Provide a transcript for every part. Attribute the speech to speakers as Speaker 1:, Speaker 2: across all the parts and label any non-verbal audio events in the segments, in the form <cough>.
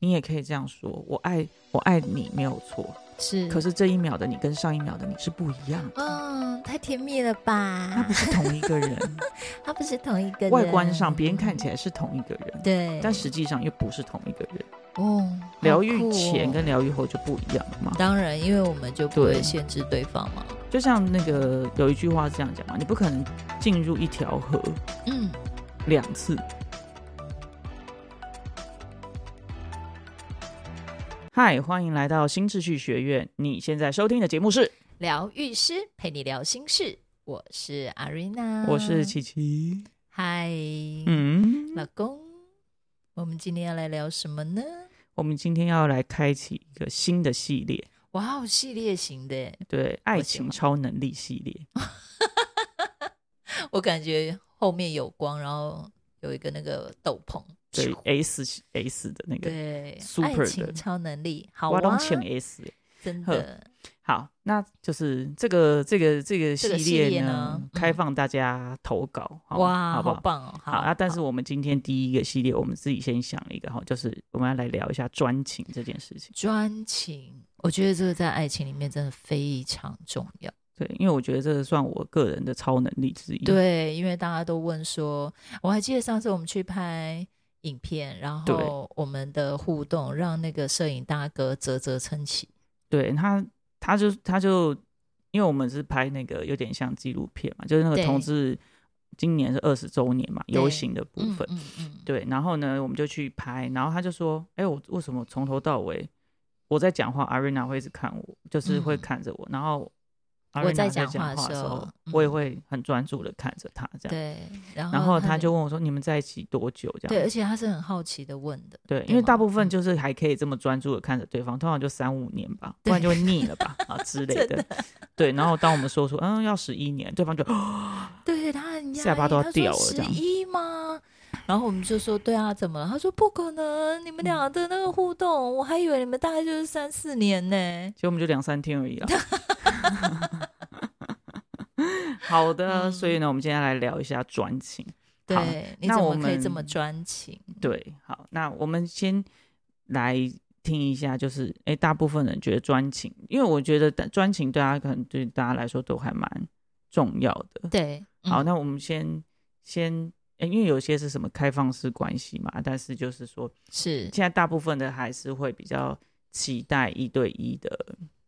Speaker 1: 你也可以这样说：我爱我爱你没有错，
Speaker 2: 是，
Speaker 1: 可是这一秒的你跟上一秒的你是不一样的，
Speaker 2: 嗯、太甜蜜了
Speaker 1: 他
Speaker 2: 吧
Speaker 1: 不？是同一个
Speaker 2: <laughs>
Speaker 1: 人。
Speaker 2: 他不是同一个人
Speaker 1: 外观上别人看起来是同一个人，
Speaker 2: 对，
Speaker 1: 但实际上又不是同一个人。
Speaker 2: 哦，好
Speaker 1: 疗愈
Speaker 2: 酷
Speaker 1: 前
Speaker 2: 哦
Speaker 1: 跟疗愈后就不一样了嘛。
Speaker 2: 当然，因为我们就不
Speaker 1: 对
Speaker 2: 会限制对方嘛。
Speaker 1: 就像那个有一句话是这样讲嘛，你不可能进入一条河
Speaker 2: 嗯，
Speaker 1: 两次。嗨，欢迎来到新秩序学院。你现在收听的节目是，
Speaker 2: 疗愈师陪你聊心事，我是阿瑞娜，
Speaker 1: 我是琪琪。
Speaker 2: 嗨，
Speaker 1: 嗯，
Speaker 2: 老公，我们今天要来聊什么呢？
Speaker 1: 我们今天要来开启一个新的系列，
Speaker 2: 哇哦，系列型的耶，
Speaker 1: 对，爱情
Speaker 2: 欢
Speaker 1: 超能力系列。
Speaker 2: 我感觉后面有光，然后有一个那个斗篷，
Speaker 1: 对 S S 的那个，
Speaker 2: 对
Speaker 1: super
Speaker 2: 爱
Speaker 1: 的
Speaker 2: 情超能力，好
Speaker 1: 我
Speaker 2: 啊
Speaker 1: 拢，请 S 欸。
Speaker 2: 真的，
Speaker 1: 好，那就是这个这个这个系
Speaker 2: 这个系
Speaker 1: 列
Speaker 2: 列
Speaker 1: 呢
Speaker 2: 呢，
Speaker 1: 开
Speaker 2: 嗯
Speaker 1: 放大家投稿，好
Speaker 2: 哇，
Speaker 1: 好不
Speaker 2: 好
Speaker 1: 好？
Speaker 2: 棒哦，
Speaker 1: 好啊，但是
Speaker 2: 好
Speaker 1: 我们今天第一个系列，我们自己先想了一个哈，就是我们要来聊一下专情这件事情。
Speaker 2: 专情，我觉得这个在爱情里面真的非常重要。
Speaker 1: 对，因为我觉得这个算我个人的超能力之一。，
Speaker 2: 对，因为大家都问说，我还记得上次我们去拍影片，然
Speaker 1: 对
Speaker 2: 后我们的互动让那个摄影大哥啧啧称奇。
Speaker 1: 对他，他就他就，因为我们是拍那个有点像纪录片嘛，就是那个
Speaker 2: 对
Speaker 1: 同志今年是二十周年嘛，游
Speaker 2: 对
Speaker 1: 行的部
Speaker 2: 嗯
Speaker 1: 分。
Speaker 2: 嗯嗯，
Speaker 1: 对，然后呢，我们就去拍，然后他就说：“哎、我为什么从头到尾我在讲话，阿瑞娜会一直看我，就是会
Speaker 2: 嗯
Speaker 1: 看着我，然后阿
Speaker 2: 我
Speaker 1: 瑞娜
Speaker 2: 在
Speaker 1: 在
Speaker 2: 讲话
Speaker 1: 讲
Speaker 2: 的
Speaker 1: 话的
Speaker 2: 时
Speaker 1: 时
Speaker 2: 候
Speaker 1: 候，我也
Speaker 2: 嗯
Speaker 1: 会很专注的看着他这样。
Speaker 2: 对，然后
Speaker 1: 然后他
Speaker 2: 就
Speaker 1: 就问我说：‘你们在一起多久？’这
Speaker 2: 对，
Speaker 1: 样
Speaker 2: 而
Speaker 1: 子。
Speaker 2: 且他是很好奇的问的，
Speaker 1: 对，
Speaker 2: 对
Speaker 1: 因为
Speaker 2: 吗
Speaker 1: 大部分
Speaker 2: 嗯
Speaker 1: 就是还可以这么专注的看着对方，通常就三五年吧，不然就会腻了吧啊之类的。对，然后当我们说出嗯要十一年，对方就哦
Speaker 2: 对他很
Speaker 1: 下巴都要掉了这
Speaker 2: 十
Speaker 1: 样
Speaker 2: 一吗？然后我们就说对啊，怎么了？他说不可能，你
Speaker 1: 嗯
Speaker 2: 们俩的那个互动，我还以为你们大概就是三四年呢。
Speaker 1: 其实我们就两三天而已
Speaker 2: <laughs>
Speaker 1: 啦。好的，
Speaker 2: 嗯
Speaker 1: 所以呢，我们今天来聊一下专情。好
Speaker 2: 对，你
Speaker 1: 那
Speaker 2: 怎
Speaker 1: 我
Speaker 2: 么可以这
Speaker 1: 们
Speaker 2: 么专情？
Speaker 1: 对，好，那我们先来听一下，就是哎，诶大部分人觉得专情，因为我觉得大专情对大家可能对大家来说都还蛮重要的。
Speaker 2: 对，嗯
Speaker 1: 好，那我们先先。诶因为有些是什么开放式关系嘛，但是就是说，
Speaker 2: 是
Speaker 1: 现在大部分的还是会比较期待一对一的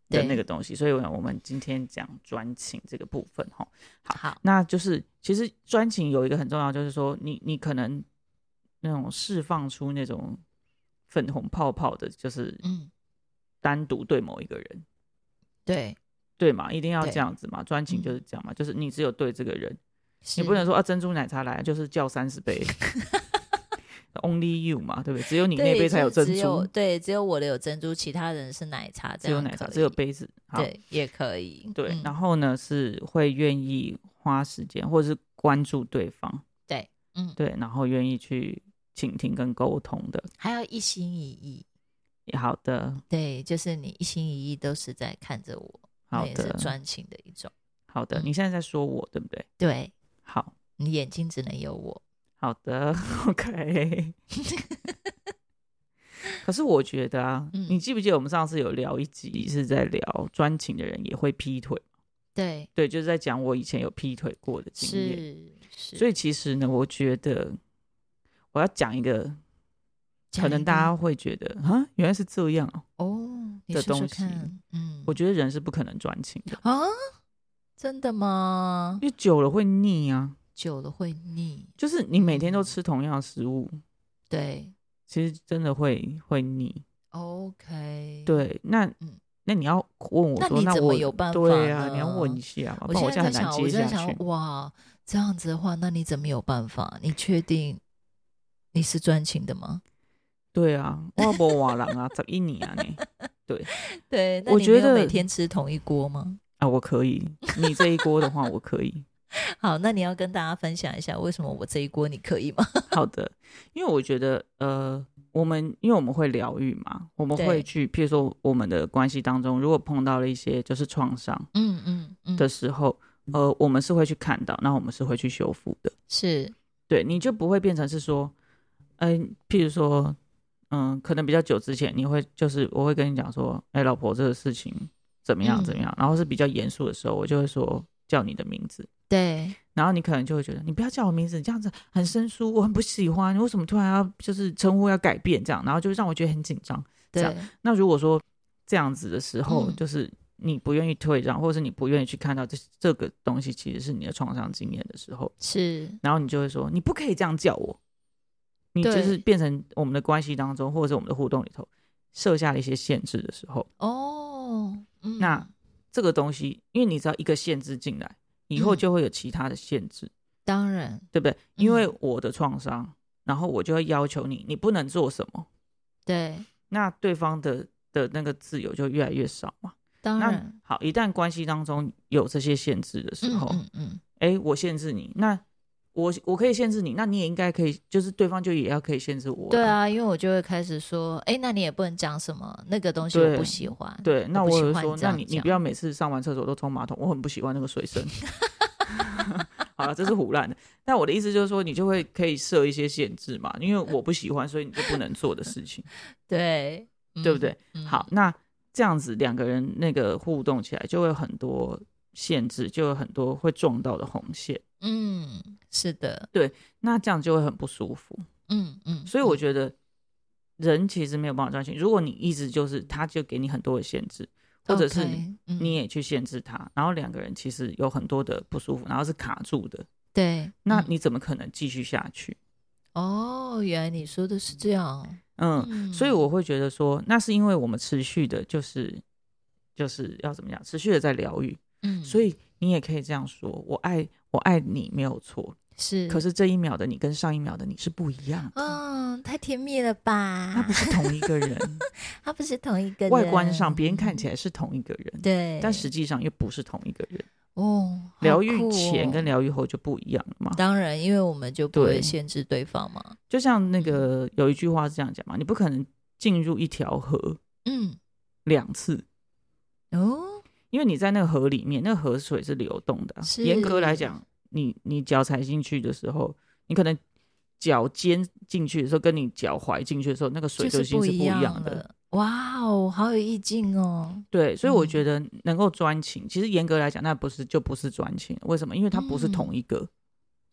Speaker 1: 的
Speaker 2: 对
Speaker 1: 那个东西，所以我们今天讲专情这个部分哈，
Speaker 2: 好，
Speaker 1: 那就是其实专情有一个很重要，就是说你你可能那种释放出那种粉红泡泡的，就是
Speaker 2: 嗯，
Speaker 1: 单独对某一个人，
Speaker 2: 对，
Speaker 1: 对嘛，一定要
Speaker 2: 对
Speaker 1: 这样子嘛，专情
Speaker 2: 嗯
Speaker 1: 就是这样嘛，就是你只有对这个人，你
Speaker 2: 是
Speaker 1: 不能说啊珍珠奶茶来就是叫三十
Speaker 2: <laughs>
Speaker 1: 杯，Only you 嘛，对不对？只有你那
Speaker 2: 对
Speaker 1: 杯才有
Speaker 2: 就
Speaker 1: 珍
Speaker 2: 是只有
Speaker 1: 珠，
Speaker 2: 对，只有我的有珍珠，其他人是奶茶，这
Speaker 1: 只有
Speaker 2: 样
Speaker 1: 奶茶，
Speaker 2: 可
Speaker 1: 只有
Speaker 2: 以
Speaker 1: 杯子，好。
Speaker 2: 对也可以，
Speaker 1: 对，
Speaker 2: 嗯
Speaker 1: 然后呢是会愿意花时间或者是关注对方，
Speaker 2: 对，嗯，
Speaker 1: 对，然后愿意去倾听跟沟通的。
Speaker 2: 还要一心一意，
Speaker 1: 好的，
Speaker 2: 对，就是你一心一意都是在看着我，
Speaker 1: 好
Speaker 2: 那也是嗯
Speaker 1: 的，
Speaker 2: 专情的一种，
Speaker 1: 好的，你现在在说我对不对？
Speaker 2: 对
Speaker 1: 好，
Speaker 2: 你眼睛只能有我，
Speaker 1: 好的 <laughs>
Speaker 2: <laughs>
Speaker 1: ，OK。可是我觉得啊，
Speaker 2: 嗯
Speaker 1: 你记不记得我们上次有聊一集是在聊专情的人也会劈腿？
Speaker 2: 对，
Speaker 1: 对，就是在讲我以前有劈腿过的经验。
Speaker 2: 是是，
Speaker 1: 所
Speaker 2: 以
Speaker 1: 以其实呢，我觉得我要讲一个可能大家会觉得啊，原来是这样哦。
Speaker 2: 哦，你
Speaker 1: 的
Speaker 2: 说说
Speaker 1: 东西
Speaker 2: 看，嗯，
Speaker 1: 我觉得人是不可能专情的，
Speaker 2: 啊，真的吗？
Speaker 1: 因为久了会腻啊。
Speaker 2: 久了会腻，
Speaker 1: 就是你每
Speaker 2: 嗯
Speaker 1: 天都吃同样的食物，
Speaker 2: 对
Speaker 1: 其实真的会会腻。
Speaker 2: ，OK，。
Speaker 1: 对，那、
Speaker 2: 嗯
Speaker 1: 那你要问我
Speaker 2: 那
Speaker 1: 说，
Speaker 2: 你
Speaker 1: 那
Speaker 2: 怎么
Speaker 1: 我
Speaker 2: 有办法
Speaker 1: 对啊，
Speaker 2: 呢
Speaker 1: 你要问一下嘛，不
Speaker 2: 我
Speaker 1: 然
Speaker 2: 现
Speaker 1: 我现
Speaker 2: 在
Speaker 1: 在
Speaker 2: 在
Speaker 1: 很难
Speaker 2: 想，我
Speaker 1: 接
Speaker 2: 在
Speaker 1: 下
Speaker 2: 想
Speaker 1: 去，。
Speaker 2: 哇，这样子的话，那你怎么有办法？你确定你是专情的吗？
Speaker 1: 对啊，我不瓦郎啊，十 <laughs> 一年啊呢
Speaker 2: 对，那
Speaker 1: 我
Speaker 2: 你
Speaker 1: 觉
Speaker 2: 没有
Speaker 1: 得
Speaker 2: 每天吃同一锅吗？ <laughs>
Speaker 1: 啊，我可以。你这一锅的话，我可以。
Speaker 2: 好，那你要跟大家分享一下，为什么我这一锅你可以吗？ <laughs>
Speaker 1: 好的，因为我觉得，呃，我们因为我们会疗愈嘛，我们会
Speaker 2: 对
Speaker 1: 去，譬如说我们的关系当中，如果碰到了一些就是创伤
Speaker 2: 嗯嗯嗯，
Speaker 1: 的时候，呃，我们是会去看到，那我们是会去修复的。
Speaker 2: 是
Speaker 1: 呃对，你就不会变成是说，嗯、譬如说嗯，可能比较久之前，你会就是我会跟你讲说，哎、老婆，这个事情怎么样怎么样，然后是比较严肃的时候，我就会说叫你的名字，
Speaker 2: 对，
Speaker 1: 然后你可能就会觉得你不要叫我名字，你这样子很生疏，我很不喜欢，你为什么突然要就是称呼要改变这样，然后就让我觉得很紧张。这样
Speaker 2: 对，
Speaker 1: 那如果说这样子的时候，
Speaker 2: 嗯
Speaker 1: 就是你不愿意退让，或者是你不愿意去看到这这个东西其实是你的创伤经验的时候，
Speaker 2: 是，
Speaker 1: 然后你就会说你不可以这样叫我，你就
Speaker 2: 对
Speaker 1: 是变成我们的关系当中或者是我们的互动里头设下了一些限制的时候，
Speaker 2: 哦，嗯
Speaker 1: 那这个东西因为你只要一个限制进来，以后
Speaker 2: 嗯
Speaker 1: 就会有其他的限制，
Speaker 2: 当然
Speaker 1: 对不对？因为
Speaker 2: 嗯
Speaker 1: 我的创伤，然后我就会要求你，你不能做什么，
Speaker 2: 对，
Speaker 1: 那对方的的那个自由就越来越少嘛。
Speaker 2: 当
Speaker 1: 那
Speaker 2: 然
Speaker 1: 好，一旦关系当中有这些限制的时
Speaker 2: 嗯
Speaker 1: 候，
Speaker 2: 嗯嗯，
Speaker 1: 哎、我限制你，那我我可以限制你，那你也应该可以，就是对方就也要可以限制我。
Speaker 2: 对，啊，因为我就会开始说，哎，那你也不能讲什么那个东西，我
Speaker 1: 对
Speaker 2: 不喜欢，
Speaker 1: 对，那
Speaker 2: 嗯我不
Speaker 1: 我
Speaker 2: 喜
Speaker 1: 有
Speaker 2: 欢
Speaker 1: 说，
Speaker 2: 这
Speaker 1: 那
Speaker 2: 样
Speaker 1: 你你
Speaker 2: 讲
Speaker 1: 不要每次上完厕所都冲马桶，我很不喜欢那个水
Speaker 2: <laughs>
Speaker 1: 声。好了，这是胡乱的。但我的意思就是说，你就会可以设一些限制嘛，因为我不喜欢，所以你就不能做的事情，
Speaker 2: 对，
Speaker 1: 对不对？
Speaker 2: 嗯？嗯
Speaker 1: 好，，那这样子两个人那个互动起来，就会有很多限制，就有很多会撞到的红线。
Speaker 2: 嗯，是的，
Speaker 1: 那这样就会很不舒服。
Speaker 2: 嗯嗯，
Speaker 1: 所以我觉得人其实没有办法专心。如果你一直就是他就给你很多的限制，或者是
Speaker 2: OK，嗯
Speaker 1: 你也去限制他，然后两个人其实有很多的不舒服，然后是卡住的，
Speaker 2: 对，
Speaker 1: 那
Speaker 2: 嗯
Speaker 1: 你怎么可能继续下去？
Speaker 2: 哦，原来你说的是这样，
Speaker 1: 嗯，
Speaker 2: 嗯，
Speaker 1: 所以我会觉得说，那是因为我们持续的，就是就是要怎么讲，持续的在疗愈，
Speaker 2: 嗯，
Speaker 1: 所
Speaker 2: 以
Speaker 1: 以你也可以这样说，我爱我爱你没有错，
Speaker 2: 是，
Speaker 1: 可是这一秒的你跟上一秒的你是不一样的，
Speaker 2: 嗯，太甜蜜了吧？
Speaker 1: 他不是同一个
Speaker 2: <laughs>
Speaker 1: 人。
Speaker 2: 他不是同一个人
Speaker 1: 外观上别人看起来是同一个人，
Speaker 2: 嗯对，
Speaker 1: 但实际上又不是同一个人。
Speaker 2: 哦，好
Speaker 1: 疗愈
Speaker 2: 酷
Speaker 1: 前
Speaker 2: 哦
Speaker 1: 跟疗愈后就不一样了嘛。
Speaker 2: 当然，因为我们就不会
Speaker 1: 对
Speaker 2: 限制对方嘛。
Speaker 1: 就像那个有一句话是这样讲嘛，你不可能进入一条河
Speaker 2: 嗯，
Speaker 1: 两次，
Speaker 2: 哦，
Speaker 1: 因为你在那个河里面，那个河水是流动的啊、
Speaker 2: 是
Speaker 1: 严格来讲，你你脚踩进去的时候，你可能脚尖进去的时候，跟你脚踝进去的时候，那个水
Speaker 2: 就
Speaker 1: 就已经是不
Speaker 2: 一
Speaker 1: 一样的。
Speaker 2: 了。哇哦，好有意境哦。
Speaker 1: 对，所以我
Speaker 2: 嗯
Speaker 1: 觉得能够专情，其实严格来讲，那不是就不是专情，为什么？因为它不是
Speaker 2: 嗯
Speaker 1: 同一个。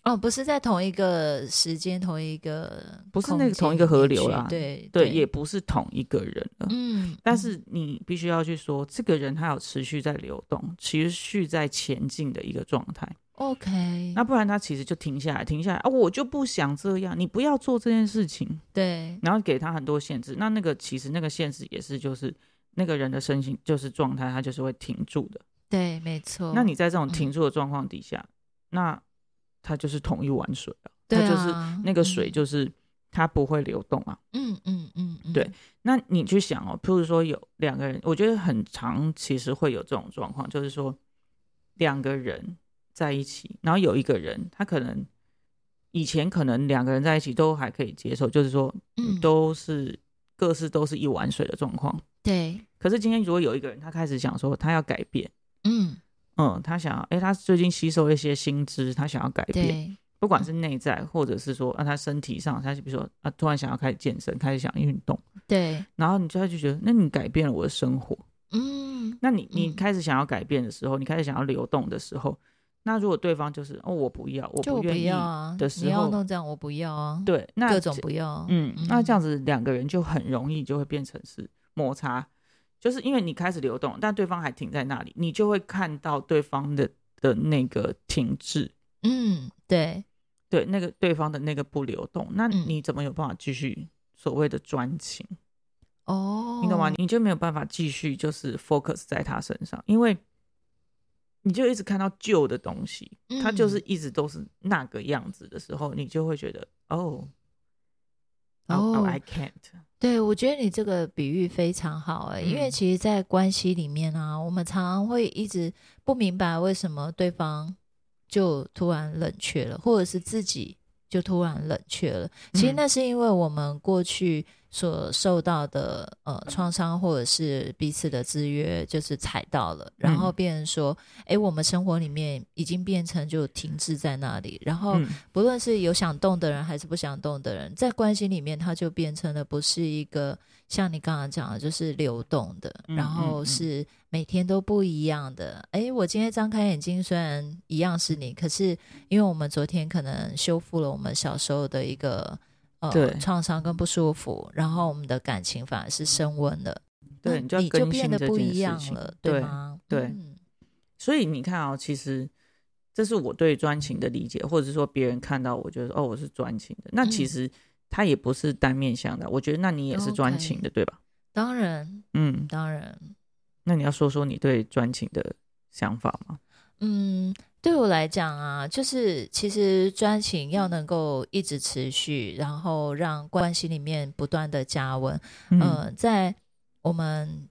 Speaker 2: 哦，不是在同一个时间、同一个
Speaker 1: 不是
Speaker 2: 空
Speaker 1: 那个
Speaker 2: 间
Speaker 1: 同一个河
Speaker 2: 里面
Speaker 1: 流
Speaker 2: 去
Speaker 1: 啦
Speaker 2: 对
Speaker 1: 对，也不是同一个人了。
Speaker 2: 嗯，
Speaker 1: 但
Speaker 2: 嗯
Speaker 1: 是你必须要去说，这个人他有持续在流动，持续在前进的一个状态，
Speaker 2: OK，
Speaker 1: 那不然他其实就停下来，停下来啊，我就不想这样，你不要做这件事情，
Speaker 2: 对
Speaker 1: 然后给他很多限制。那那个其实那个限制也是就是那个人的身心就是状态，他就是会停住的。
Speaker 2: 对，没错。
Speaker 1: 那你在这种停
Speaker 2: 嗯
Speaker 1: 住的状况底下，那他就是同一碗水啊，
Speaker 2: 对
Speaker 1: 他就是
Speaker 2: 啊
Speaker 1: 那个水
Speaker 2: 嗯
Speaker 1: 就是它不会流动啊。
Speaker 2: 嗯嗯嗯嗯，
Speaker 1: 对那你去想哦，譬如说有两个人，我觉得很常其实会有这种状况，就是说两个人在一起，然后有一个人他可能以前可能两个人在一起都还可以接受，就是说
Speaker 2: 嗯
Speaker 1: 都是各自都是一碗水的状况。
Speaker 2: 对，
Speaker 1: 可是今天如果有一个人他开始想说他要改变，
Speaker 2: 嗯
Speaker 1: 嗯，他想要，哎，他最近吸收了一些新知，他想要改变，
Speaker 2: 对，
Speaker 1: 不管是内在或者是说啊他身体上，他比如说啊突然想要开始健身，开始想运动。
Speaker 2: 对，
Speaker 1: 然后你就会就觉得，那你改变了我的生活。
Speaker 2: 嗯
Speaker 1: 那你你
Speaker 2: 嗯
Speaker 1: 开始想要改变的时候，你开始想要流动的时候，那如果对方就是哦，我不要，我
Speaker 2: 就我
Speaker 1: 愿意
Speaker 2: 要啊
Speaker 1: 的，
Speaker 2: 你
Speaker 1: 时
Speaker 2: 要
Speaker 1: 候，
Speaker 2: 弄这样，我不要啊，
Speaker 1: 对，那
Speaker 2: 各种
Speaker 1: 这
Speaker 2: 不要，
Speaker 1: 嗯，那这样
Speaker 2: 样
Speaker 1: 子两个人就很容易就会变成是摩擦，就是因为你开始流动，但对方还停在那里，你就会看到对方的的那个停滞，
Speaker 2: 嗯，对，
Speaker 1: 对，那个对方的那个不流动，那
Speaker 2: 嗯
Speaker 1: 你怎么有办法继续所谓的专情？
Speaker 2: 哦，
Speaker 1: 你懂吗？？你就没有办法继续就是 focus 在他身上，因为你就一直看到旧的东西，
Speaker 2: 嗯
Speaker 1: 他就是一直都是那个样子的时候，你就会觉得哦哦、
Speaker 2: 哦
Speaker 1: i can't，
Speaker 2: 对，我觉得你这个比喻非常好、欸，因为
Speaker 1: 嗯
Speaker 2: 其实，在关系里面啊，我们常常会一直不明白为什么对方就突然冷却了，或者是自己就突然冷却了。其实
Speaker 1: 嗯
Speaker 2: 那是因为我们过去所受到的呃创伤或者是彼此的制约，就是踩到了，然后
Speaker 1: 嗯
Speaker 2: 变成说，哎、我们生活里面已经变成就停滞在那里，然后
Speaker 1: 嗯
Speaker 2: 不论是有想动的人还是不想动的人，在关系里面，它就变成了不是一个像你刚刚讲的，就是流动的，
Speaker 1: 嗯
Speaker 2: 然后是每天都不一样的。诶，我今天张开眼睛，虽然一样是你，可是因为我们昨天可能修复了我们小时候的一个呃
Speaker 1: 对
Speaker 2: 创伤跟不舒服，然后我们的感情反而是升温了，
Speaker 1: 对，
Speaker 2: 那
Speaker 1: 就要
Speaker 2: 你就
Speaker 1: 更
Speaker 2: 变
Speaker 1: 新
Speaker 2: 得
Speaker 1: 这
Speaker 2: 不
Speaker 1: 件
Speaker 2: 一样
Speaker 1: 事情
Speaker 2: 了，
Speaker 1: 对
Speaker 2: 吗？
Speaker 1: 对
Speaker 2: 嗯
Speaker 1: 所以你看啊、其实这是我对专情的理解，或者是说别人看到我觉得哦，我是专情的，那其
Speaker 2: 嗯
Speaker 1: 实他也不是单面向的，我觉得那你也是专情
Speaker 2: 哦
Speaker 1: 的，对吧？
Speaker 2: 当然，
Speaker 1: 嗯，
Speaker 2: 当然。
Speaker 1: 那你要说说你对专情的想法吗？
Speaker 2: 嗯，对我来讲啊，就是其实专情要能够一直持续，然后让关系里面不断的加温。
Speaker 1: 嗯
Speaker 2: 呃，在我们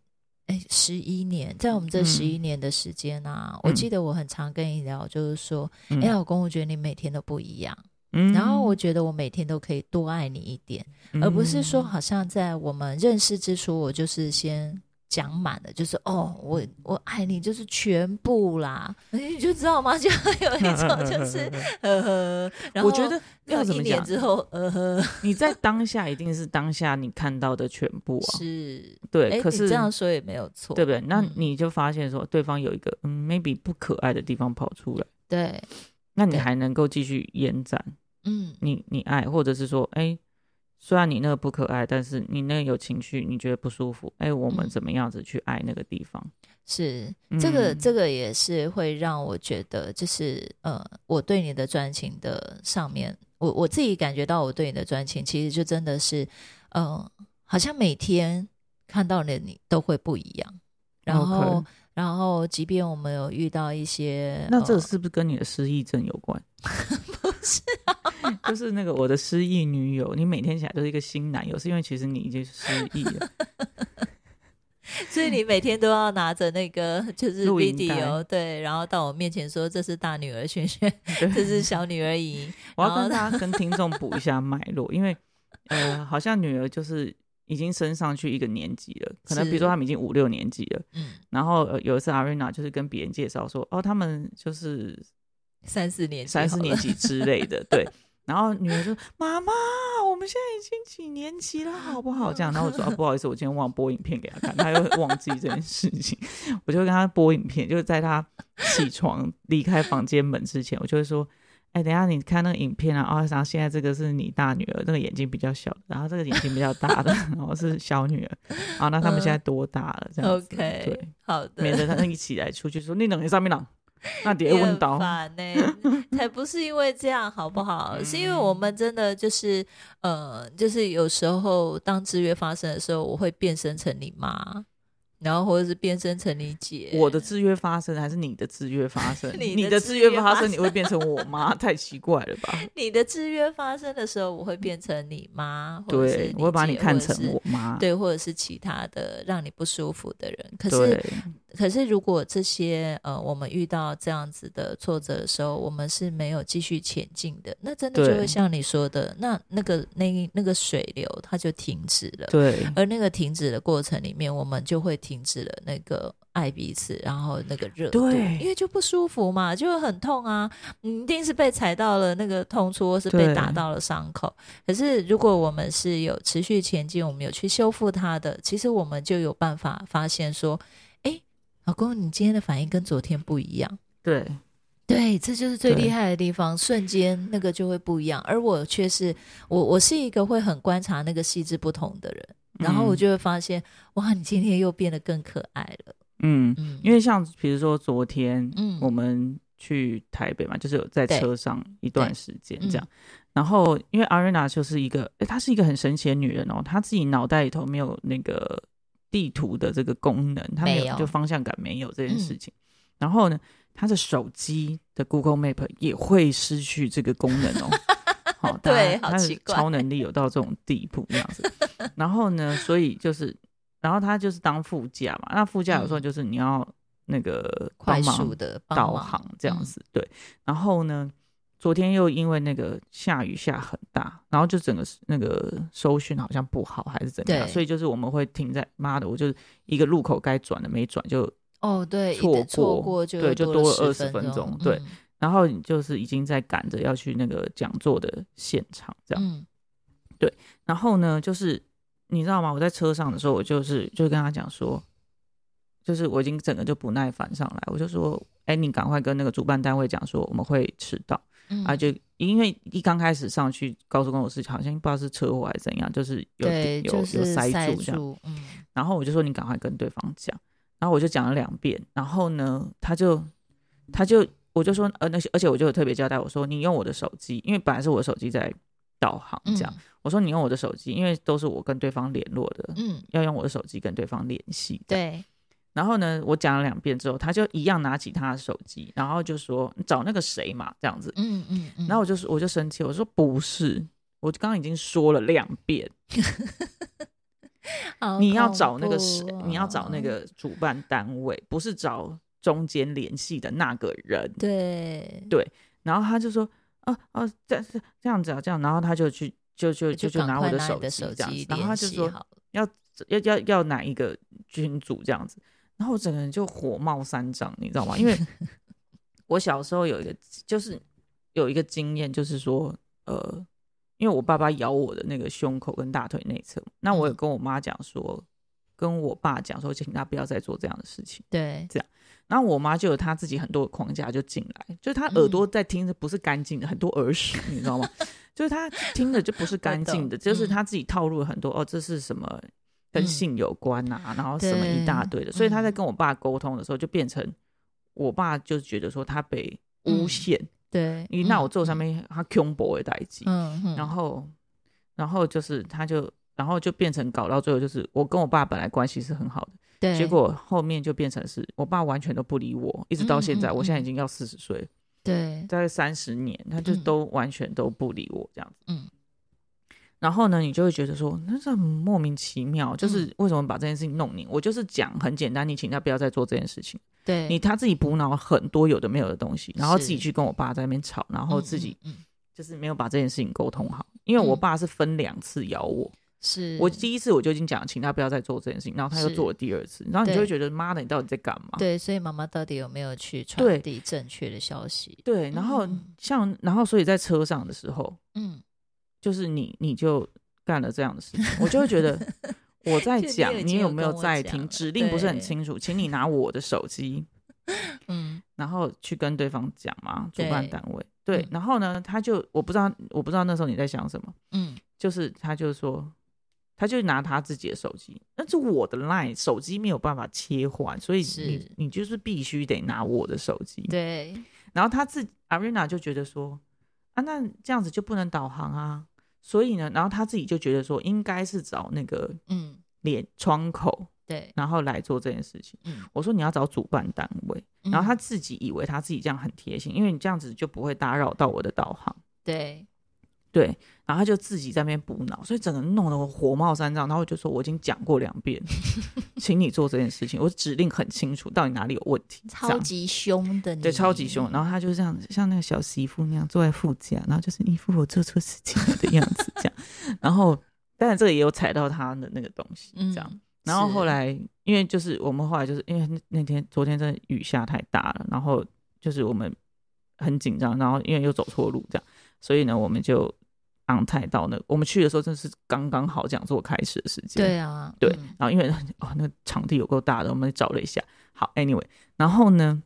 Speaker 2: 哎十一年，在我们这
Speaker 1: 嗯
Speaker 2: 十一年的时间啊，我
Speaker 1: 嗯
Speaker 2: 记得我很常跟你聊，就是说，
Speaker 1: 嗯
Speaker 2: 哎、老公，我觉得你每天都不一样，
Speaker 1: 嗯
Speaker 2: 然后我觉得我每天都可以多爱你一点，而不
Speaker 1: 嗯
Speaker 2: 是
Speaker 1: <laughs>
Speaker 2: 说好像在我们认识之初，我就是先讲满了，就是哦，我我爱你就是全
Speaker 1: <laughs>
Speaker 2: 部啦，你就知道吗？ <laughs> 就有一种就是呃
Speaker 1: <laughs>
Speaker 2: 呵，然后
Speaker 1: 我觉得要
Speaker 2: 到
Speaker 1: 怎
Speaker 2: 一
Speaker 1: 么
Speaker 2: 年
Speaker 1: 讲，
Speaker 2: 之后呃呵
Speaker 1: 你在当下一定是当下你看到的全部啊，
Speaker 2: 是，哎，
Speaker 1: 对，
Speaker 2: 你
Speaker 1: 可是
Speaker 2: 这样说也没有错，
Speaker 1: 对不对？那
Speaker 2: 嗯
Speaker 1: 你就发现说对方有一个嗯 maybe 不可爱的地方跑出来，
Speaker 2: 对，
Speaker 1: 那你
Speaker 2: 对
Speaker 1: 还能够继续延展。
Speaker 2: 嗯
Speaker 1: 你你爱，或者是说，哎、虽然你那个不可爱，但是你那个有情绪，你觉得不舒服，哎、我们
Speaker 2: 嗯
Speaker 1: 怎么样子去爱那个地方？
Speaker 2: 是。这个
Speaker 1: 嗯
Speaker 2: 这个也是会让我觉得，就是呃，我对你的专情的上面，我我自己感觉到我对你的专情，其实就真的是，呃，好像每天看到的你都会不一样。然后
Speaker 1: OK
Speaker 2: 然后即便我们有遇到一些，
Speaker 1: 那
Speaker 2: 呃
Speaker 1: 这是不是跟你的失忆症有
Speaker 2: <laughs>
Speaker 1: 关？不
Speaker 2: 啊
Speaker 1: 是、 <laughs> 就是那个我的失忆女友，你每天起来都是一个新男友，是因为其实你已经失忆
Speaker 2: <laughs>
Speaker 1: 了。
Speaker 2: 所以你每天都要拿着那个就是
Speaker 1: 录影带
Speaker 2: video 对，然后到我面前说这是大女儿萱萱，
Speaker 1: 对
Speaker 2: 这是小女儿莹，
Speaker 1: 我要
Speaker 2: 然后
Speaker 1: 跟大家跟听众补一下脉络，因为呃，好像女儿就是已经升上去一个年级了，可能比如
Speaker 2: 是
Speaker 1: 说他们已经五六年级了，
Speaker 2: 嗯，
Speaker 1: 然后、呃、有一次 Arena 就是跟别人介绍说，哦，他们就是
Speaker 2: 三四年级
Speaker 1: 三四
Speaker 2: 好了
Speaker 1: 年
Speaker 2: <laughs>
Speaker 1: 级之类的，对。然后女儿就妈妈，我们现在已经几年级了，好不好？这样，然后
Speaker 2: <laughs>
Speaker 1: 我说、啊、不好意思，我今天忘播影片给她看，她又忘记这件事情，我就跟她播影片，就是在她起床离开房间门之前，我就会说，哎，等一下你看那个影片啊，哦，然后现在这个是你大女儿，那个眼睛比较小的，然后这个眼睛比较大的， <laughs> 然后是小女儿，啊，那他们现在多大了？这样子
Speaker 2: 嗯 OK
Speaker 1: 对，
Speaker 2: 好的，
Speaker 1: 免得他们一起来出去说你冷，你上面冷，那底下
Speaker 2: 你
Speaker 1: 问
Speaker 2: 很
Speaker 1: 到。
Speaker 2: 烦呢、才不是因为这样好不好？是因为我们真的就是呃，就是有时候当制约发生的时候，我会变身成你妈，然后或者是变身成你姐。？
Speaker 1: 我的制约发生还是你的制约发生
Speaker 2: 呃 <laughs> 你的
Speaker 1: 你的制约发生，你会变成我妈，太奇怪了
Speaker 2: <laughs>
Speaker 1: 吧？
Speaker 2: 你的制约发生的时候，我会变成你妈，或者是
Speaker 1: 对，我会把你
Speaker 2: 姐
Speaker 1: 看成。
Speaker 2: 或者
Speaker 1: 我妈。
Speaker 2: 是对，或者是其他的让你不舒服的人，可是
Speaker 1: 对，
Speaker 2: 可是如果这些呃，我们遇到这样子的挫折的时候，我们是没有继续前进的，那真的就
Speaker 1: 对
Speaker 2: 会像你说的，那那个那那个水流它就停止了。
Speaker 1: 对，
Speaker 2: 而那个停止的过程里面，我们就会停止了那个爱彼此，然后那个热度，
Speaker 1: 对
Speaker 2: 因为就不舒服嘛，就会很痛啊。你一定是被踩到了那个痛处，或是被
Speaker 1: 对
Speaker 2: 打到了伤口。可是如果我们是有持续前进，我们有去修复它的，其实我们就有办法发现说，哎，老公，你今天的反应跟昨天不一样。
Speaker 1: 对，
Speaker 2: 对，这就是最
Speaker 1: 对
Speaker 2: 厉害的地方，瞬间那个就会不一样。而我却是我，我是一个会很观察那个细致不同的人，然后我
Speaker 1: 嗯
Speaker 2: 就会发现，哇，你今天又变得更可爱了。
Speaker 1: 嗯，
Speaker 2: 嗯，
Speaker 1: 因为像比如说昨天，
Speaker 2: 嗯
Speaker 1: 我们去台北嘛，就是有在
Speaker 2: 对
Speaker 1: 车上一段时间
Speaker 2: 嗯
Speaker 1: 这样。然后因为 Arena 就是一个，诶她是一个很神奇的女人哦，她自己脑袋里头没有那个地图的这个功能，她没有
Speaker 2: 没有嗯
Speaker 1: 就方向感没有这件事情。然后呢，她的手机的 Google Map 也会失去这个功能
Speaker 2: <laughs>
Speaker 1: 哦。好，大
Speaker 2: 对
Speaker 1: 家
Speaker 2: 好
Speaker 1: 她的
Speaker 2: 奇怪
Speaker 1: 超能力有到这种地步这样子。然后呢，所以就是，然后她就是当副驾嘛，那副驾有时候
Speaker 2: 嗯
Speaker 1: 就是你要那个
Speaker 2: 快
Speaker 1: 帮忙嗯
Speaker 2: 速的帮
Speaker 1: 导
Speaker 2: 忙
Speaker 1: 航这样子，对。然后呢，昨天又因为那个下雨下很大，然后就整个那个收讯好像不好还是怎么样，
Speaker 2: 对
Speaker 1: 所以就是我们会停在妈的，我就是一个路口该转的没转就，
Speaker 2: 哦，对，一
Speaker 1: 错
Speaker 2: 旦错
Speaker 1: 过
Speaker 2: 过就
Speaker 1: 对
Speaker 2: 又
Speaker 1: 就
Speaker 2: 多
Speaker 1: 多
Speaker 2: 了
Speaker 1: 了
Speaker 2: 10
Speaker 1: 20分
Speaker 2: 钟
Speaker 1: 钟，对
Speaker 2: 嗯
Speaker 1: 然后你就是已经在赶着要去那个讲座的现场这样。
Speaker 2: 嗯
Speaker 1: 然后呢，就是你知道吗？我在车上的时候，我就是就跟他讲说，就是我已经整个就不耐烦上来，我就说，哎，你赶快跟那个主办单位讲说我们会迟到。
Speaker 2: 嗯
Speaker 1: 啊，就因为一刚开始上去高速公路是好像不知道是车祸还是怎样，就是有
Speaker 2: 对，
Speaker 1: 有、
Speaker 2: 就是
Speaker 1: 有塞
Speaker 2: 塞
Speaker 1: 这样。
Speaker 2: 住，嗯，
Speaker 1: 然后我就说你赶快跟对方讲，然后我就讲了两遍，然后呢，他就他就我就说呃，那些而且我就有特别交代我说你用我的手机，因为本来是我的手机在导航
Speaker 2: 嗯
Speaker 1: 这样，我说你用我的手机，因为都是我跟对方联络的，
Speaker 2: 嗯，嗯，
Speaker 1: 要用我的手机跟对方联系。
Speaker 2: 对，
Speaker 1: 然后呢，我讲了两遍之后，他就一样拿起他的手机，然后就说你找那个谁嘛这样子，
Speaker 2: 嗯嗯嗯，
Speaker 1: 然后我就说我就生气，我说不是，我刚刚已经说了两遍，
Speaker 2: <laughs> 好
Speaker 1: 你要
Speaker 2: 恐
Speaker 1: 找那个谁
Speaker 2: 怖，
Speaker 1: 你要找那
Speaker 2: 哦，
Speaker 1: 个主办单位，不是找中间联系的那个人。
Speaker 2: 对，
Speaker 1: 然后他就说，啊啊，这这这样子啊，这样，然后他就去就就就就
Speaker 2: 赶
Speaker 1: 拿我
Speaker 2: 快
Speaker 1: 的
Speaker 2: 拿
Speaker 1: 手
Speaker 2: 你的
Speaker 1: 机
Speaker 2: 手
Speaker 1: 这样
Speaker 2: 机
Speaker 1: 子，然后他
Speaker 2: 联
Speaker 1: 就
Speaker 2: 系
Speaker 1: 说
Speaker 2: 好
Speaker 1: 要要要哪一个君主这样子，然后我整个人就火冒三丈，你知道吗？因为我小时候有一个就是有一个经验，就是说呃，因为我爸爸咬我的那个胸口跟大腿内侧，那我有
Speaker 2: 嗯
Speaker 1: 跟我妈讲说，跟我爸讲说，请他不要再做这样的事情。
Speaker 2: 对，
Speaker 1: 然后我妈就有她自己很多的框架就进来，就是她耳
Speaker 2: 嗯
Speaker 1: 朵在听着不是干净的，很多耳屎，你知道吗？ <laughs> 就是她听着就不是干净的，
Speaker 2: 我懂嗯
Speaker 1: 就是她自己套路了很多、哦，这是什么跟性有关呐、然后什么
Speaker 2: 对
Speaker 1: 一大堆的，所以她在
Speaker 2: 嗯
Speaker 1: 跟我爸沟通的时候，就变成我爸就觉得说他被
Speaker 2: 嗯
Speaker 1: 诬陷，
Speaker 2: 对，
Speaker 1: 你、那我做上面他 combo 的代际，
Speaker 2: 嗯，嗯，嗯
Speaker 1: 然后然后就是他就然后就变成搞到最后就是我跟我爸本来关系是很好的。
Speaker 2: 对，
Speaker 1: 结果后面就变成是我爸完全都不理我，一直到现在，
Speaker 2: 嗯嗯嗯
Speaker 1: 我现在已经要四十岁了，
Speaker 2: 对，
Speaker 1: 大概三十年，他就
Speaker 2: 嗯
Speaker 1: 都完全都不理我这样子。
Speaker 2: 嗯。
Speaker 1: 然后呢，你就会觉得说，那是很莫名其妙，
Speaker 2: 嗯
Speaker 1: 就是为什么把这件事情弄你？我就是讲很简单，你请他不要再做这件事情。
Speaker 2: 对，
Speaker 1: 你他自己补脑很多有的没有的东西，然后
Speaker 2: 是
Speaker 1: 自己去跟我爸在那边吵，然后
Speaker 2: 嗯
Speaker 1: 自己，
Speaker 2: 嗯嗯
Speaker 1: 就是没有把这件事情沟通好。因为我
Speaker 2: 嗯
Speaker 1: 爸是分两次咬我，
Speaker 2: 是
Speaker 1: 我第一次我就已经讲，请他不要再做这件事情，然后他又
Speaker 2: 嗯是
Speaker 1: 做了第二次，然后你就
Speaker 2: 对
Speaker 1: 会觉得妈的，你到底在干嘛？
Speaker 2: 对，所以妈妈到底有没有去传
Speaker 1: 对
Speaker 2: 递正确的消息？
Speaker 1: 对，然后
Speaker 2: 嗯
Speaker 1: 像然后所以在车上的时候，
Speaker 2: 嗯，
Speaker 1: 就是你你就干了这样的事情，我就会觉
Speaker 2: <laughs>
Speaker 1: 得我在
Speaker 2: 就你
Speaker 1: 讲
Speaker 2: 已，
Speaker 1: 你
Speaker 2: 经有
Speaker 1: 有没有
Speaker 2: 跟我
Speaker 1: 在
Speaker 2: 讲
Speaker 1: 听？
Speaker 2: 了
Speaker 1: 指令不是很
Speaker 2: 对
Speaker 1: 清楚，请你拿我的手机，
Speaker 2: 嗯，
Speaker 1: 然后去跟对方讲嘛，主办
Speaker 2: 对
Speaker 1: 单位。对，
Speaker 2: 嗯
Speaker 1: 然后呢，他就我不知道我不知道那时候你在想什么，
Speaker 2: 嗯，
Speaker 1: 就是他就说。他就拿他自己的手机，那是我的 line 手机没有办法切换，所以你
Speaker 2: 是
Speaker 1: 你就是必须得拿我的手机。
Speaker 2: 对，
Speaker 1: 然后他自 Arena 就觉得说，啊，那这样子就不能导航啊。所以呢，然后他自己就觉得说，应该是找那个
Speaker 2: 嗯，
Speaker 1: 脸窗口，
Speaker 2: 对，
Speaker 1: 然后来做这件事情。
Speaker 2: 嗯，
Speaker 1: 我说你要找主办单位，然后
Speaker 2: 嗯
Speaker 1: 他自己以为他自己这样很贴心，因为你这样子就不会打扰到我的导航。
Speaker 2: 对，
Speaker 1: 对，然后他就自己在那边补脑，所以整个弄得我火冒三丈。然后我就说我已经讲过两
Speaker 2: <laughs>
Speaker 1: 遍，请你做这件事情，我指令很清楚，到底哪里有问题。这
Speaker 2: 超
Speaker 1: 样
Speaker 2: 级凶的你，
Speaker 1: 对，超级凶。然后他就这样，像那个小媳妇那样坐在副驾，然后就是一副我做错事情了的样 <laughs> 子，这样。然后，当然这个也有踩到他的那个东西，
Speaker 2: 嗯，
Speaker 1: 这样。然后
Speaker 2: 是
Speaker 1: 后来，因为就是我们后来就是因为那那天昨天真的雨下太大了，然后就是我们很紧张，然后因为又走错路这样，所以呢，我们就昂泰到那。我们去的时候真的是刚刚好讲座开始的时间，
Speaker 2: 对啊，
Speaker 1: 对
Speaker 2: 嗯
Speaker 1: 然后因为哦，那场地有够大的，我们找了一下。好，anyway，然后呢，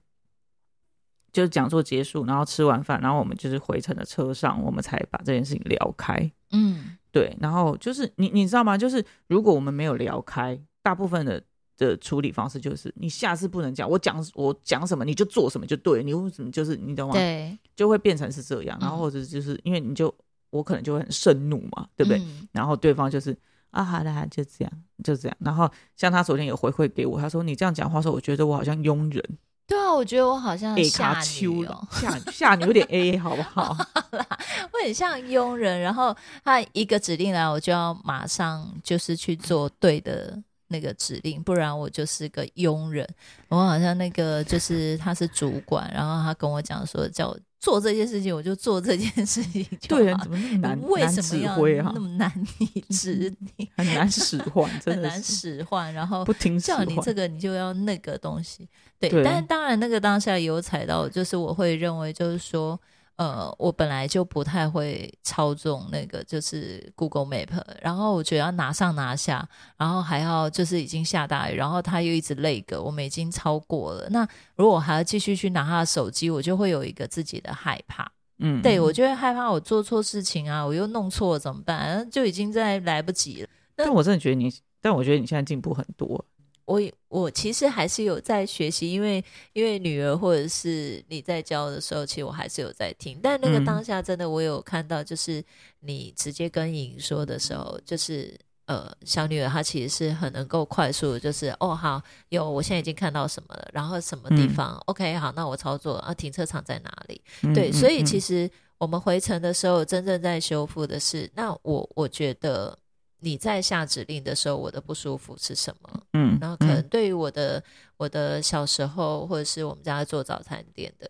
Speaker 1: 就讲座结束，然后吃完饭，然后我们就是回程的车上，我们才把这件事情聊开。
Speaker 2: 嗯，
Speaker 1: 对，然后就是你你知道吗？就是如果我们没有聊开，大部分的的处理方式就是你下次不能讲，我讲我讲什么你就做什么就对了，你为什么就是你懂吗？
Speaker 2: 对，
Speaker 1: 就会变成是这样，然后
Speaker 2: 嗯
Speaker 1: 或者就是因为你就我可能就会很盛怒嘛，对不对？
Speaker 2: 嗯？
Speaker 1: 然后对方就是啊，好啦，就这样，就这样。然后像他昨天也回馈给我，他说你这样讲话的时候，我觉得我好像庸人，
Speaker 2: 对啊，我觉得我好像
Speaker 1: 哎，
Speaker 2: 下
Speaker 1: 卡
Speaker 2: 女
Speaker 1: 丘
Speaker 2: 哦
Speaker 1: 了，，下下你有点 A A 好不
Speaker 2: <laughs>
Speaker 1: 好？
Speaker 2: 我很像佣人，然后他一个指令来，我就要马上就是去做对的那个指令，不然我就是个佣人。我好像那个就是他是主管，然后他跟我讲说叫我做这件事情，我就做这件事情就
Speaker 1: 对啊，
Speaker 2: 好
Speaker 1: 怎。么那么难
Speaker 2: <laughs> 你为
Speaker 1: 难
Speaker 2: 什么
Speaker 1: 指
Speaker 2: 要
Speaker 1: 挥啊
Speaker 2: 那？么难以 <laughs> 指你，
Speaker 1: 很难使唤，真
Speaker 2: <laughs> 很
Speaker 1: 的
Speaker 2: 难
Speaker 1: 是
Speaker 2: 使唤，然后
Speaker 1: 不 <laughs> 听使
Speaker 2: 叫
Speaker 1: 唤。
Speaker 2: 哦你这个你就要那个东西，对。
Speaker 1: 对
Speaker 2: 但当然，那个当下也有踩到，就是我会认为，就是说，呃，我本来就不太会操纵那个就是 Google Map，然后我觉得要拿上拿下，然后还要就是已经下大雨，然后他又一直累个，我们已经超过了。那如果我还要继续去拿他的手机，我就会有一个自己的害怕。
Speaker 1: 嗯，
Speaker 2: 对我就会害怕我做错事情啊，我又弄错了怎么办？然后就已经在来不及了。
Speaker 1: 但我真的觉得你，但我觉得你现在进步很多。
Speaker 2: 我我其实还是有在学习，因为因为女儿或者是你在教的时候，其实我还是有在听。但那个
Speaker 1: 嗯
Speaker 2: 当下真的，我有看到，就是你直接跟颖说的时候，就是呃，小女儿她其实是很能够快速的，就是哦好，有我现在已经看到什么了，然后什么地
Speaker 1: 嗯
Speaker 2: 方、OK 好，那我操作啊，停车场在哪里？
Speaker 1: 嗯
Speaker 2: 对，
Speaker 1: 嗯
Speaker 2: 所以其
Speaker 1: 嗯
Speaker 2: 实我们回程的时候，真正在修复的是，那我我觉得你在下指令的时候，我的不舒服是什么？
Speaker 1: 嗯，
Speaker 2: 然后可能
Speaker 1: 嗯
Speaker 2: 对于我的、我的小时候，或者是我们家做早餐店的，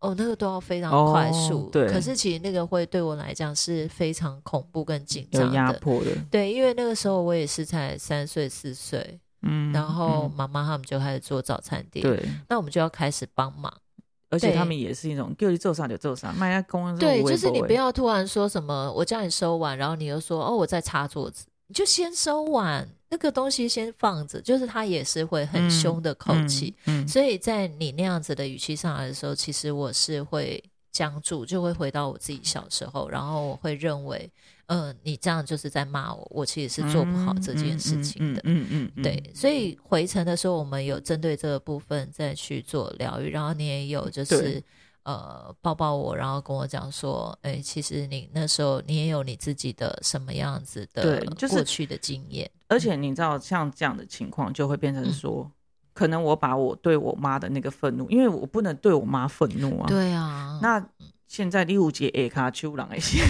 Speaker 2: 哦，那个都要非常
Speaker 1: 哦
Speaker 2: 快速。
Speaker 1: 对
Speaker 2: 可是其实那个会对我来讲是非常恐怖跟紧张
Speaker 1: 有压
Speaker 2: 的。
Speaker 1: 迫的，
Speaker 2: 对，因为那个时候我也是才三岁四岁，
Speaker 1: 嗯，
Speaker 2: 然后
Speaker 1: 嗯
Speaker 2: 妈妈他们就开始做早餐店，
Speaker 1: 对，
Speaker 2: 那我们就要开始帮忙。
Speaker 1: 而且
Speaker 2: 对
Speaker 1: 他们也是一种叫你做啥就做啥，卖下公司
Speaker 2: 对，就是你不要突然说什么，我叫你收碗，然后你又说哦，我在擦桌子，你就先收碗，那个东西先放着，就是他也是会很凶的口气，，
Speaker 1: 嗯嗯嗯嗯
Speaker 2: 所以在你那样子的语气上来的时候，其实我是会僵住，就会回到我自己小时候，然后我会认为，嗯、你这样就是在骂我，我其实是做不好这件事情的。
Speaker 1: 嗯嗯嗯嗯嗯嗯，
Speaker 2: 对，所以回程的时候，我们有针对这个部分再去做疗愈，然后你也有就是
Speaker 1: 对
Speaker 2: 呃抱抱我，然后跟我讲说，哎、其实你那时候你也有你自己的什么样子的
Speaker 1: 对就是
Speaker 2: 过去的经验，
Speaker 1: 而且你知道，像这样的情况就会变成
Speaker 2: 嗯
Speaker 1: 说，可能我把我对我妈的那个愤怒，因为我不能对我妈愤怒啊。
Speaker 2: 对啊，
Speaker 1: 那现在第五节 A 卡丘狼 A 些，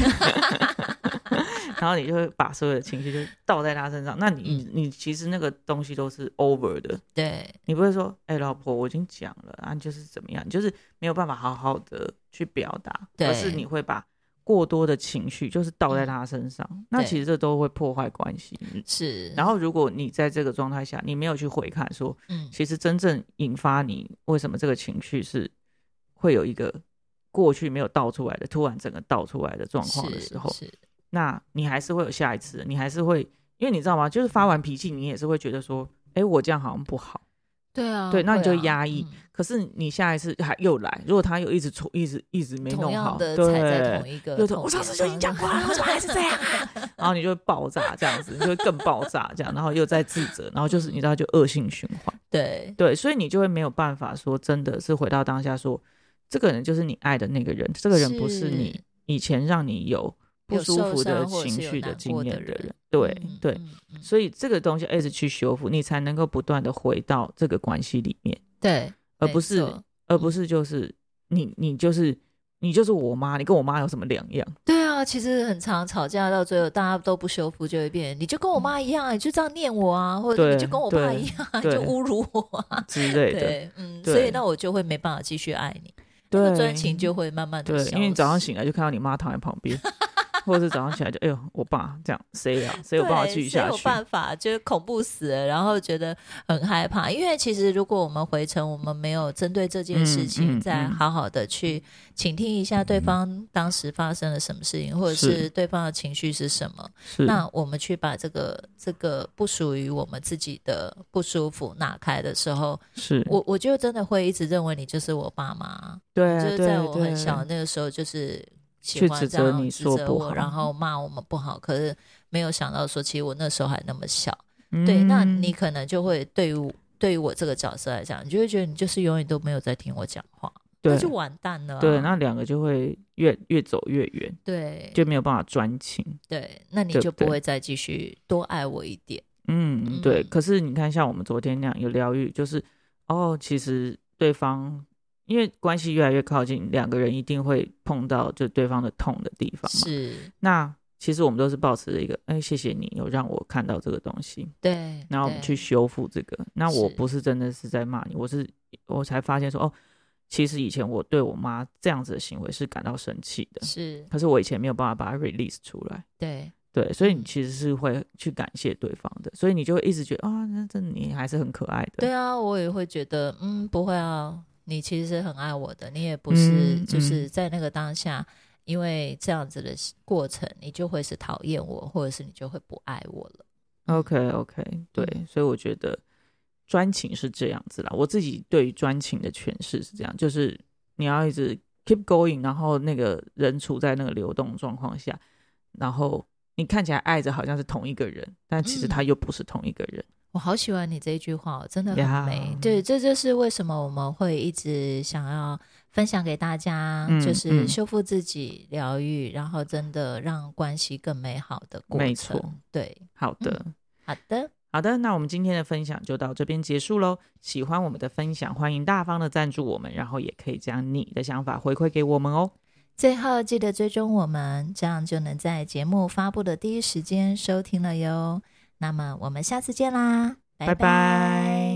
Speaker 1: 然后你就会把所有的情绪就倒在她身上。那你、你你其实那个东西都是 over 的，
Speaker 2: 对
Speaker 1: 你不会说，哎、老婆，我已经讲了啊，就是怎么样，就是没有办法好好的去表达，
Speaker 2: 对
Speaker 1: 而是你会把过多的情绪就是倒在她身上，那
Speaker 2: 对
Speaker 1: 其实这都会破坏关系。
Speaker 2: 是，
Speaker 1: 然
Speaker 2: 后
Speaker 1: 后，如果你在这个状态下，你没有去回看说，
Speaker 2: 嗯
Speaker 1: 其实真正引发你为什么这个情绪是会有一个过去没有倒出来的，突然整个倒出来的状况的
Speaker 2: 是
Speaker 1: 时候，
Speaker 2: 是
Speaker 1: 那你还是会有下一次的，你还是会，因为你知道吗？就是发完脾气，你也是会觉得说，哎，我这样好像不好。
Speaker 2: 对啊，
Speaker 1: 对那你就
Speaker 2: 会啊
Speaker 1: 压抑，可是你下一次还又来，如果他又一直错，一直一直没
Speaker 2: 嗯同
Speaker 1: 弄好，
Speaker 2: 样的
Speaker 1: 对，
Speaker 2: 踩在同一个
Speaker 1: 又
Speaker 2: 空
Speaker 1: 说
Speaker 2: 间，
Speaker 1: 我上次就已经讲过了，为什么还是这样 <laughs> 啊？然后你就会爆炸这样子，你就会更爆炸这样，然后又在自责，然后就是你知道就恶性循环，
Speaker 2: 对
Speaker 1: 对，所以你就会没有办法说真的是回到当下说，这个人就是你爱的那个人，这个人不是你以前让你有不
Speaker 2: 有
Speaker 1: 舒
Speaker 2: 受
Speaker 1: 服的
Speaker 2: 伤或者
Speaker 1: 情
Speaker 2: 是有
Speaker 1: 绪的
Speaker 2: 难
Speaker 1: 经
Speaker 2: 过的
Speaker 1: 验的
Speaker 2: 人
Speaker 1: 人，对
Speaker 2: 嗯
Speaker 1: 对，
Speaker 2: 嗯嗯
Speaker 1: 所以这个东西一直去修复，你才能够不断的回到这个关系里面，
Speaker 2: 对，
Speaker 1: 而
Speaker 2: 没
Speaker 1: 不是
Speaker 2: 错嗯
Speaker 1: 而不是就是你你就是你就是我妈，你跟我妈有什么两
Speaker 2: <laughs>
Speaker 1: 样？
Speaker 2: 对啊，其实很常吵架，到最后大家都不修复，就会变，你就跟我妈一样啊，你就这样念我啊，或者
Speaker 1: 嗯对
Speaker 2: 你就跟我爸
Speaker 1: 对
Speaker 2: 一样啊，你
Speaker 1: 对
Speaker 2: 就侮辱我啊，
Speaker 1: 之类的。
Speaker 2: 对，嗯，
Speaker 1: 对
Speaker 2: 所以那我就会没办法继续爱你，那
Speaker 1: 对，
Speaker 2: 个专情就会慢慢的
Speaker 1: 对，
Speaker 2: 消
Speaker 1: 因为你早上
Speaker 2: 失
Speaker 1: 醒来就看到你妈躺在旁
Speaker 2: <laughs>
Speaker 1: 边，或者是早上起来就哎呦，我爸这样，谁
Speaker 2: <laughs>
Speaker 1: 呀、谁有办法
Speaker 2: 对
Speaker 1: 继续
Speaker 2: 谁
Speaker 1: 下
Speaker 2: 有
Speaker 1: 去？
Speaker 2: 办法，就是恐怖死了，然后觉得很害怕。因为其实如果我们回程，我们没有针对这件
Speaker 1: 嗯
Speaker 2: 事
Speaker 1: 嗯
Speaker 2: 情，
Speaker 1: 嗯
Speaker 2: 再好好的去倾听一下对方当时发生了什么事情，或者
Speaker 1: 是
Speaker 2: 是对方的情绪是什么，
Speaker 1: 是，
Speaker 2: 那我们去把这个这个不属于我们自己的不舒服拿开的时候，
Speaker 1: 是，
Speaker 2: 我我就真的会一直认为你就是我爸妈，
Speaker 1: 对，
Speaker 2: 就是
Speaker 1: 对
Speaker 2: 在我很小的
Speaker 1: 对
Speaker 2: 那个时候就是。喜
Speaker 1: 去
Speaker 2: 欢
Speaker 1: 指
Speaker 2: 这
Speaker 1: 责
Speaker 2: 样
Speaker 1: 你
Speaker 2: 指
Speaker 1: 说
Speaker 2: 责
Speaker 1: 不
Speaker 2: 我，
Speaker 1: 好
Speaker 2: 然后骂我们不好，可是没有想到说，其实我那时候还那么小。
Speaker 1: 嗯
Speaker 2: 对，那你可能就会对于我对于我这个角色来讲，你就会觉得你就是永远都没有在听我讲话，那
Speaker 1: 对
Speaker 2: 就完蛋了啊、
Speaker 1: 对，那两个就会越越走越远，
Speaker 2: 对
Speaker 1: 就没有办法专情。
Speaker 2: 对，那你
Speaker 1: 对
Speaker 2: 就
Speaker 1: 不
Speaker 2: 不
Speaker 1: 对
Speaker 2: 会再继续多爱我一点。
Speaker 1: 嗯，对。
Speaker 2: 嗯
Speaker 1: 可是你看，像我们昨天那样有疗愈，就是哦，其实对方因为关系越来越靠近，两个人一定会碰到就对方的痛的地方嘛。
Speaker 2: 是，
Speaker 1: 那其实我们都是保持着一个，哎，谢谢你有让我看到这个东西，
Speaker 2: 对，
Speaker 1: 然后我们去
Speaker 2: 对
Speaker 1: 修复这个。那我
Speaker 2: 是
Speaker 1: 不是真的是在骂你，我是我才发现说，哦，其实以前我对我妈这样子的行为是感到生气的，
Speaker 2: 是，
Speaker 1: 可是我以前没有办法把它 release 出来。
Speaker 2: 对，
Speaker 1: 对，所以你
Speaker 2: 嗯
Speaker 1: 其实是会去感谢对方的，所以你就会一直觉得啊，那这你还是很可爱的。
Speaker 2: 对啊，我也会觉得，嗯，不会啊，你其实是很爱我的，你也不是
Speaker 1: 嗯
Speaker 2: 就是在那个当下，因为这样子的过程，你就会是讨厌我，或者是你就会不爱我了。
Speaker 1: OK OK，对，
Speaker 2: 嗯
Speaker 1: 所以我觉得专情是这样子啦。我自己对于专情的诠释是这样，就是你要一直 keep going，然后那个人处在那个流动状况下，然后你看起来爱着好像是同一个人，但其实
Speaker 2: 嗯
Speaker 1: 他又不是同一个人。
Speaker 2: 我好喜欢你这一句话哦，真的
Speaker 1: 呀
Speaker 2: 很美。对，这就是为什么我们会一直想要分享给大家，
Speaker 1: 嗯
Speaker 2: 就是
Speaker 1: 嗯
Speaker 2: 修复自己、疗愈，然后真的让关系更美好的过程。嗯
Speaker 1: 没错
Speaker 2: 对，
Speaker 1: 好的。
Speaker 2: 好的，
Speaker 1: 好的，那我们今天的分享就到这边结束喽。喜欢我们的分享，欢迎大方的赞助我们，然后也可以将你的想法回馈给我们哦。
Speaker 2: 最后记得追踪我们，这样就能在节目发布的第一时间收听了哟。那么我们下次见啦，
Speaker 1: 拜拜